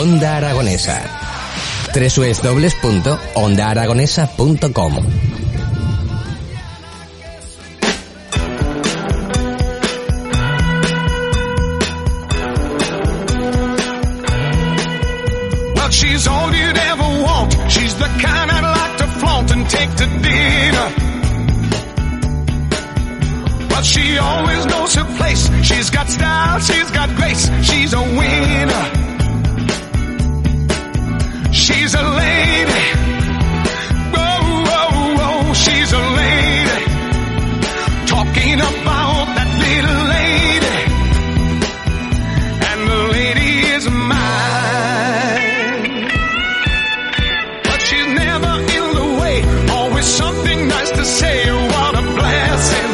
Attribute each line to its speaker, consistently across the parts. Speaker 1: Onda Aragonesa. www.ondaaragonesa.com
Speaker 2: Well, she's all you'd ever want. She's the kind I'd like to flaunt and take to dinner. But she always knows her place. She's got style, she's got grace. She's a winner. She's a lady. Whoa, whoa, whoa, she's a lady. Talking about that little lady. And the lady is mine. But she's never in the way. Always something nice to say. What a blessing.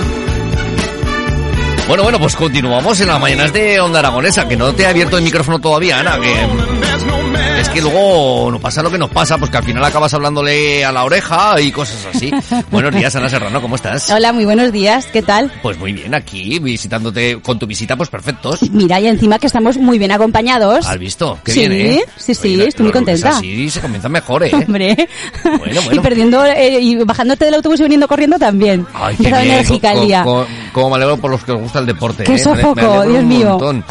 Speaker 3: Bueno, bueno, pues continuamos en las mañanas de Onda Aragonesa, que no te he abierto el micrófono todavía, Ana, que
Speaker 2: And there's no man.
Speaker 3: es que luego nos pasa lo que nos pasa, pues que al final acabas hablándole a la oreja y cosas así. Buenos días, Ana Serrano, ¿cómo estás?
Speaker 4: Hola, muy buenos días, ¿qué tal?
Speaker 3: Pues muy bien, aquí, visitándote con tu visita, pues perfectos.
Speaker 4: Mira, y encima que estamos muy bien acompañados.
Speaker 3: ¿Has visto? Qué
Speaker 4: Sí,
Speaker 3: bien, ¿eh?
Speaker 4: sí, sí,
Speaker 3: la-
Speaker 4: estoy muy
Speaker 3: los lunes
Speaker 4: contenta.
Speaker 3: Así se comienza mejor, ¿eh?
Speaker 4: Hombre.
Speaker 3: Bueno, bueno.
Speaker 4: Y perdiendo, eh, y bajándote del autobús y viniendo corriendo también.
Speaker 3: Ay, qué
Speaker 4: Empezaba
Speaker 3: bien.
Speaker 4: enérgica el
Speaker 3: Co-
Speaker 4: día.
Speaker 3: co- co- Cómo me alegro por los que os gusta el deporte.
Speaker 4: Qué
Speaker 3: ¿eh? Me- me
Speaker 4: sofoco,
Speaker 3: alegro
Speaker 4: Dios
Speaker 3: un
Speaker 4: mío.
Speaker 3: montón.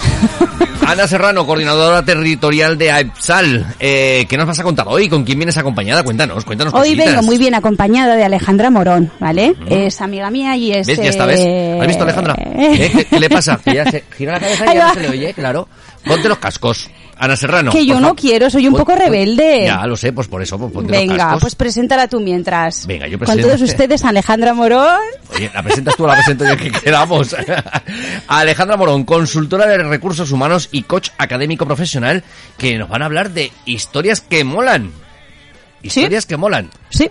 Speaker 3: Ana Serrano, coordinadora territorial de AEPSAL. Eh, ¿Qué nos vas a contar hoy? ¿Con quién vienes acompañada? Cuéntanos, cuéntanos
Speaker 4: Hoy
Speaker 3: cositas.
Speaker 4: vengo muy bien acompañada de Alejandra Morón, ¿vale? Es amiga mía y es...
Speaker 3: ¿Ves? Ya está, ¿ves?
Speaker 4: eh,
Speaker 3: ¿Has visto, Alejandra? ¿Eh? ¿Qué, qué le pasa? Que ya se gira la cabeza y
Speaker 4: Ahí
Speaker 3: ya no
Speaker 4: va.
Speaker 3: se le oye, claro. Ponte los cascos, Ana Serrano.
Speaker 4: Que yo
Speaker 3: por
Speaker 4: no
Speaker 3: favor.
Speaker 4: quiero, soy un
Speaker 3: Pon-
Speaker 4: poco
Speaker 3: pon-
Speaker 4: rebelde.
Speaker 3: Ya, lo sé, pues por eso, pues ponte los
Speaker 4: Venga,
Speaker 3: cascos.
Speaker 4: pues preséntala tú mientras.
Speaker 3: Venga, yo
Speaker 4: Con
Speaker 3: presento.
Speaker 4: todos ustedes, Alejandra Morón.
Speaker 3: Oye, la presentas tú, la presento yo que queramos. Alejandra Morón, consultora de recursos humanos y coach académico profesional, que nos van a hablar de historias que molan. Historias que molan.
Speaker 4: Sí,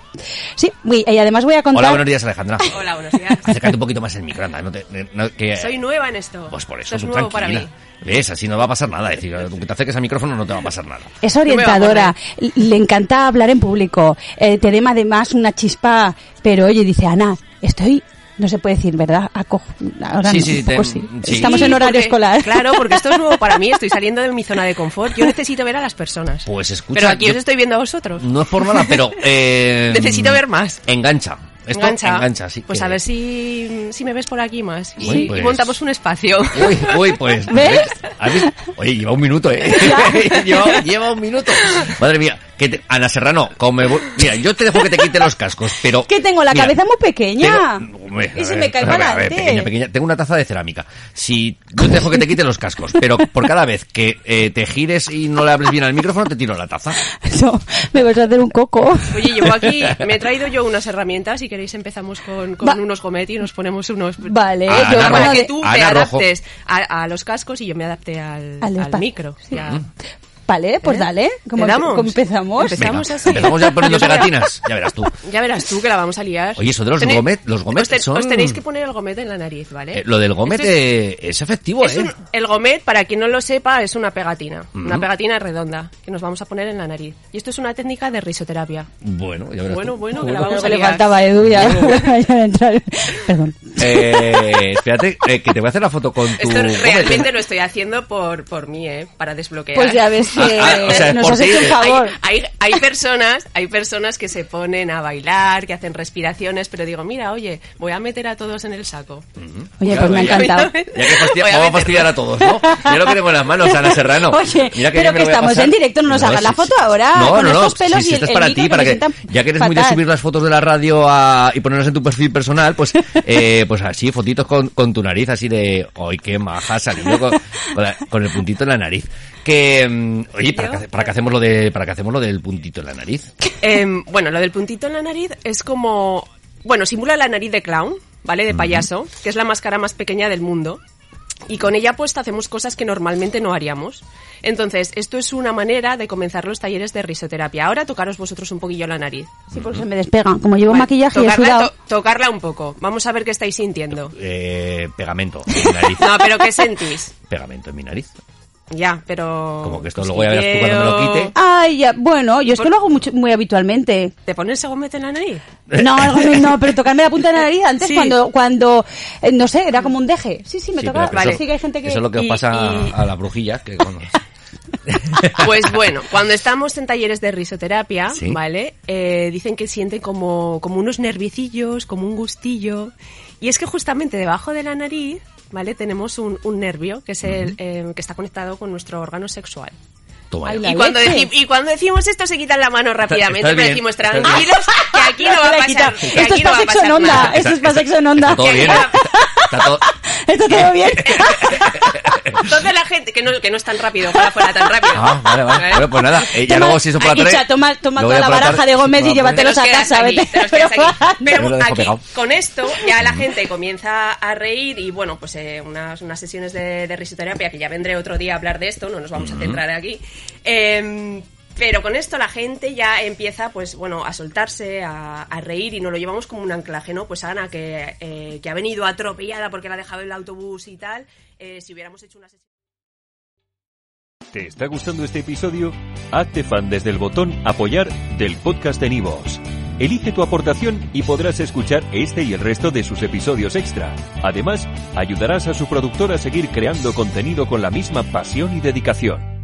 Speaker 4: sí. Uy, Y además voy a contar...
Speaker 3: Hola, buenos días, Alejandra.
Speaker 5: Hola, buenos días.
Speaker 3: Acércate un poquito más el micro, anda, no te- no- que-
Speaker 5: Soy nueva en esto.
Speaker 3: Pues por eso,
Speaker 5: Esto es
Speaker 3: tú
Speaker 5: nuevo para
Speaker 3: tranquila.
Speaker 5: mí.
Speaker 3: ¿Ves? Así no va a pasar nada. Es decir, aunque te acerques al micrófono no te va a pasar nada.
Speaker 4: Es
Speaker 5: me va a
Speaker 4: orientadora, l- le encanta hablar en público, eh, te dema además una chispa, pero oye, dice Ana, estoy, no se puede decir, ¿verdad? Acojo, ahora
Speaker 3: Sí,
Speaker 4: no,
Speaker 3: sí,
Speaker 4: un
Speaker 3: te-
Speaker 4: poco sí.
Speaker 3: sí.
Speaker 4: Estamos
Speaker 5: Sí,
Speaker 4: en horario
Speaker 5: porque-
Speaker 4: escolar.
Speaker 5: Claro, porque esto es nuevo para mí. Estoy saliendo de mi zona de confort. Yo necesito ver a las personas.
Speaker 3: Pues escucha,
Speaker 5: Pero aquí
Speaker 3: yo-
Speaker 5: os estoy viendo a vosotros.
Speaker 3: No es por nada, pero... eh,
Speaker 5: Necesito ver más.
Speaker 3: Engancha. Esto engancha,
Speaker 5: engancha.
Speaker 3: sí.
Speaker 5: Pues
Speaker 3: que-
Speaker 5: a ver si, si me ves por aquí más. Y-
Speaker 3: Uy,
Speaker 5: y,
Speaker 3: pues.
Speaker 5: montamos un espacio.
Speaker 3: Uy, uy, pues.
Speaker 4: ¿Ves?
Speaker 3: ¿Has visto? Oye, lleva un minuto, ¿eh? lleva, lleva un minuto. Madre mía, que te- Ana Serrano, como me... mira, yo te dejo que te quite los cascos, pero.
Speaker 4: Que tengo la
Speaker 3: mira,
Speaker 4: cabeza muy pequeña.
Speaker 3: tengo- hombre,
Speaker 4: y
Speaker 3: a
Speaker 4: se
Speaker 3: ver,
Speaker 4: me cae
Speaker 3: a ver,
Speaker 4: para
Speaker 3: a ver, pequeña,
Speaker 4: adelante.
Speaker 3: pequeña. Tengo una taza de cerámica. Si yo te dejo que te quite los cascos, pero por cada vez que eh, te gires y no le hables bien al micrófono, te tiro la taza.
Speaker 4: No, me vas a hacer un coco.
Speaker 5: Oye, llevo aquí, me he traído yo unas herramientas. Si queréis, empezamos con, con
Speaker 4: Va.
Speaker 5: unos gometis y nos ponemos unos.
Speaker 4: Vale,
Speaker 3: Ah,
Speaker 4: yo
Speaker 3: Ana
Speaker 5: para
Speaker 4: bueno,
Speaker 3: Rojo.
Speaker 5: que
Speaker 4: de-
Speaker 5: tú te
Speaker 3: Ana Rojo.
Speaker 5: adaptes a, a los cascos y yo me adapte al,
Speaker 4: Al
Speaker 5: al,
Speaker 4: espacio.
Speaker 5: micro. Ya.
Speaker 4: Vale, pues
Speaker 5: ¿Eh?
Speaker 4: dale, como
Speaker 5: ¿Le damos?
Speaker 4: empezamos.
Speaker 5: Empezamos. Estamos así.
Speaker 3: empezamos ya poniendo pegatinas. Ya verás tú.
Speaker 5: Ya verás tú que la vamos a liar.
Speaker 3: Oye, eso de los
Speaker 5: Tenéis-
Speaker 3: gomet- los gomet
Speaker 5: os, ten-
Speaker 3: son-
Speaker 5: os tenéis que poner el gomet en la nariz, ¿vale?
Speaker 3: Eh, lo del gomet
Speaker 5: Esto es-
Speaker 3: eh, es, efectivo,
Speaker 5: es
Speaker 3: ¿eh?
Speaker 5: un- el gomet, para quien no lo sepa, es una pegatina. Una pegatina redonda que nos vamos a poner en la nariz. Y esto es una técnica de risoterapia.
Speaker 3: Bueno, ya verás
Speaker 5: Bueno,
Speaker 3: tú.
Speaker 5: bueno, que la
Speaker 4: Lo
Speaker 5: vamos
Speaker 4: que
Speaker 5: a
Speaker 4: le
Speaker 5: liar.
Speaker 4: faltaba a Edu ya. ya entrar. Perdón.
Speaker 3: Eh, espérate, eh, que te voy a hacer la foto con tu.
Speaker 5: Esto
Speaker 3: gomet. ¿eh?
Speaker 5: realmente lo estoy haciendo por, por mí, ¿eh? Para desbloquear.
Speaker 4: Pues ya ves que
Speaker 3: Ah, ah, o sea,
Speaker 4: nos
Speaker 3: por
Speaker 4: has
Speaker 3: ti,
Speaker 4: hecho un
Speaker 3: eh,
Speaker 5: Hay,
Speaker 4: favor.
Speaker 5: hay, hay personas hay personas que se ponen a bailar, que hacen respiraciones, pero digo, mira, oye, voy a meter a todos en el saco.
Speaker 4: Oye,
Speaker 3: Claro,
Speaker 4: pues me ha
Speaker 3: ya-
Speaker 4: encantado.
Speaker 3: Ya que fastidia-
Speaker 5: Voy
Speaker 3: vamos a
Speaker 5: a meterlo.
Speaker 3: fastidiar a todos, ¿no? Ya lo queremos en las manos, Ana Serrano.
Speaker 4: Oye,
Speaker 3: yo
Speaker 4: pero
Speaker 3: me
Speaker 4: que
Speaker 3: lo voy a
Speaker 4: estamos
Speaker 3: pasar.
Speaker 4: en directo, no nos hagas la
Speaker 3: sí,
Speaker 4: foto
Speaker 3: sí.
Speaker 4: ahora,
Speaker 3: No,
Speaker 4: con
Speaker 3: no, no.
Speaker 4: estos pelos
Speaker 3: sí, sí,
Speaker 4: y
Speaker 3: esto es
Speaker 4: el-
Speaker 3: para
Speaker 4: el
Speaker 3: ti,
Speaker 4: micro
Speaker 3: para
Speaker 4: que
Speaker 3: que,
Speaker 4: me sienta
Speaker 3: ya que eres muy de
Speaker 4: fatal.
Speaker 3: subir las fotos de la radio a- y ponerlas en tu perfil personal, pues, eh, pues así, fotitos con, con tu nariz, así de, ¡ay, qué maja ha salido con, con la- con el puntito en la nariz! Que, mm, oye, ¿para qué, para, qué hacemos lo de, ¿para qué hacemos lo del puntito en la nariz?
Speaker 5: Em, bueno, lo del puntito en la nariz es como... Bueno, simula la nariz de clown, ¿vale? De payaso, que es la máscara más pequeña del mundo. y con ella puesta hacemos cosas que normalmente no haríamos. Entonces, esto es una manera de comenzar los talleres de risoterapia. Ahora tocaros vosotros un poquillo la nariz.
Speaker 4: Sí, porque se me despega. Como llevo
Speaker 5: Vale,
Speaker 4: maquillaje y he
Speaker 5: tocarla,
Speaker 4: sudado.
Speaker 5: to- tocarla un poco. Vamos a ver qué estáis sintiendo.
Speaker 3: Eh, pegamento en mi nariz.
Speaker 5: No, pero ¿qué sentís?
Speaker 3: Pegamento en mi nariz.
Speaker 5: Ya, pero... pues
Speaker 3: Como que esto luego ya verás tú cuando me lo
Speaker 5: cosquilleo.
Speaker 3: quite.
Speaker 4: Ay, ya, bueno, yo es que lo hago mucho, muy habitualmente.
Speaker 5: ¿Te pones gomete en la nariz?
Speaker 4: No, algo así, no, pero tocarme la punta de la nariz antes
Speaker 5: Sí.
Speaker 4: cuando, cuando, eh, no sé, era como un deje. Sí, sí, me
Speaker 3: Sí,
Speaker 4: tocaba.
Speaker 3: pero
Speaker 4: Vale.
Speaker 3: eso-
Speaker 4: Sí que hay gente que...
Speaker 3: Eso es lo que os
Speaker 5: y-
Speaker 3: pasa
Speaker 5: y-
Speaker 3: a las brujillas. Que cuando-
Speaker 5: Pues bueno, cuando estamos en talleres de risoterapia,
Speaker 3: Sí.
Speaker 5: ¿vale? Eh, dicen que sienten como, como unos nervicillos, como un gustillo. Y es que justamente debajo de la nariz, ¿vale? Tenemos un, un nervio que, es el, eh, que está conectado con nuestro órgano sexual.
Speaker 3: Toma
Speaker 4: Ay,
Speaker 3: ya.
Speaker 4: la
Speaker 5: Y cuando,
Speaker 4: leche.
Speaker 5: deci- y cuando decimos esto se quitan la mano rápidamente,
Speaker 3: está
Speaker 5: pero
Speaker 3: bien,
Speaker 5: decimos
Speaker 3: está bien.
Speaker 5: tranquilos, que aquí no va a
Speaker 4: Mira, quita.
Speaker 5: pasar. que
Speaker 4: Esto
Speaker 5: aquí
Speaker 4: es para
Speaker 5: no va a
Speaker 4: sexo en
Speaker 5: pasar
Speaker 4: onda.
Speaker 5: nada.
Speaker 4: Esto es para sexo en onda.
Speaker 3: Está todo bien. ¿eh? Está todo...
Speaker 4: Está todo bien.
Speaker 5: Entonces la gente, que no, que no es tan rápido, ojalá fuera tan rápido.
Speaker 3: Ah, vale, vale.
Speaker 5: ¿Eh?
Speaker 3: Bueno, pues nada. eh, ya
Speaker 4: Toma-
Speaker 3: luego si eso por la
Speaker 4: Ay,
Speaker 3: tarde-
Speaker 4: Icha, toma- toma
Speaker 3: luego ya
Speaker 4: toda la
Speaker 3: por tarde-
Speaker 4: baraja de Gómez y
Speaker 3: No,
Speaker 4: llévatelo.
Speaker 3: pero-
Speaker 4: Te los
Speaker 5: quedas
Speaker 4: sacas,
Speaker 5: aquí,
Speaker 4: ¿sabes?
Speaker 5: te los quedas aquí.
Speaker 4: Pero
Speaker 3: Yo lo
Speaker 5: Pero
Speaker 3: dejo
Speaker 5: aquí,
Speaker 3: pegado.
Speaker 5: con esto, ya la gente comienza a reír y bueno, pues eh, unas, unas sesiones de, de risoterapia, que ya vendré otro día a hablar de esto, no nos vamos a centrar aquí. Em, pero con esto la gente ya empieza, pues bueno, a soltarse, a, a reír y nos lo llevamos como un anclaje, ¿no? Pues Ana, que, eh, que ha venido atropellada porque la ha dejado en el autobús y tal, eh, si hubiéramos hecho una sesión...
Speaker 6: ¿Te está gustando este episodio? Hazte fan desde el botón Apoyar del podcast de Nivos. Elige tu aportación y podrás escuchar este y el resto de sus episodios extra. Además, ayudarás a su productor a seguir creando contenido con la misma pasión y dedicación.